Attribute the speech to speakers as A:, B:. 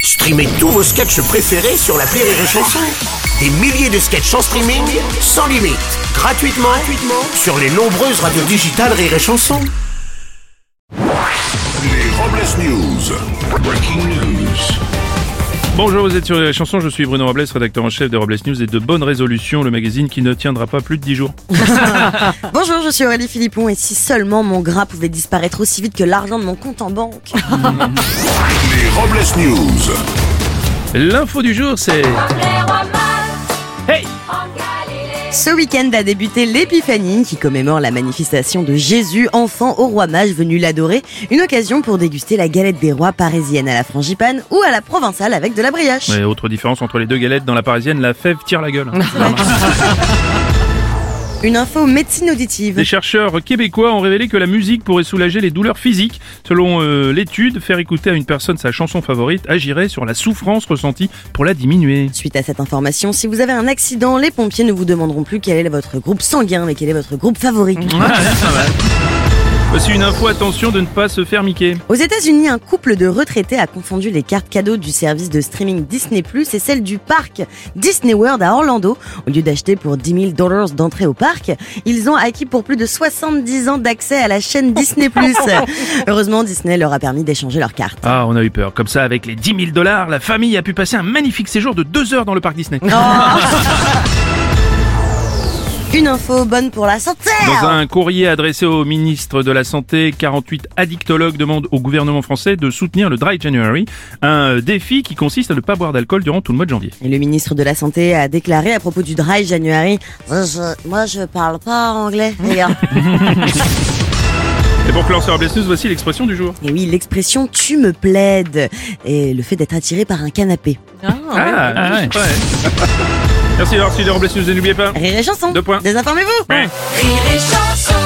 A: Streamez tous vos sketchs préférés sur la Rire et Chanson. Des milliers de sketchs en streaming, sans limite, gratuitement, gratuitement sur les nombreuses radios digitales Rire et Chanson.
B: Les Robles News. Breaking news.
C: Bonjour, vous êtes sur les chansons, je suis Bruno Robles, rédacteur en chef de Robles News et de Bonnes Résolutions, le magazine qui ne tiendra pas plus de 10 jours.
D: Bonjour, je suis Aurélie Philippon et si seulement mon gras pouvait disparaître aussi vite que l'argent de mon compte en banque.
B: Les Robles News.
C: L'info du jour, c'est... Hey
D: Ce week-end a débuté l'Épiphanie qui commémore la manifestation de Jésus, enfant au roi mage venu l'adorer, une occasion pour déguster la galette des rois parisienne à la frangipane ou à la provençale avec de la brioche.
C: Ouais, Autre différence entre les deux galettes, dans la parisienne, la fève tire la gueule.
D: Une info médecine auditive.
C: Des chercheurs québécois ont révélé que la musique pourrait soulager les douleurs physiques. Selon euh, l'étude, faire écouter à une personne sa chanson favorite agirait sur la souffrance ressentie pour la diminuer.
D: Suite à cette information, si vous avez un accident, les pompiers ne vous demanderont plus quel est votre groupe sanguin, mais quel est votre groupe favori.
C: Voici une info, attention de ne pas se faire miquer.
D: Aux États-Unis, un couple de retraités a confondu les cartes cadeaux du service de streaming Disney Plus et celles du parc Disney World à Orlando. Au lieu d'acheter pour 10 000 dollars d'entrée au parc, ils ont acquis pour plus de 70 ans d'accès à la chaîne Disney Plus. Heureusement, Disney leur a permis d'échanger leurs cartes.
C: Ah, on a eu peur. Comme ça, avec les 10 000 dollars, la famille a pu passer un magnifique séjour de deux heures dans le parc Disney.
D: Une info bonne pour la santé.
C: Dans un courrier adressé au ministre de la Santé, 48 addictologues demandent au gouvernement français de soutenir le Dry January, un euh, défi qui consiste à ne pas boire d'alcool durant tout le mois de janvier.
D: Et le ministre de la Santé a déclaré à propos du Dry January, Euh, je- moi je parle pas anglais, les gars.
C: Et pour clore sur Robles News, voici l'expression du jour.
D: Et oui, l'expression tu me plaides et le fait d'être attiré par un canapé.
C: Ah, ouais. Merci d'avoir suivi les Robles News et n'oubliez pas...
D: Rire et chanson.
C: Deux points.
D: Désinformez-vous.
C: Ouais.
E: Rire et chanson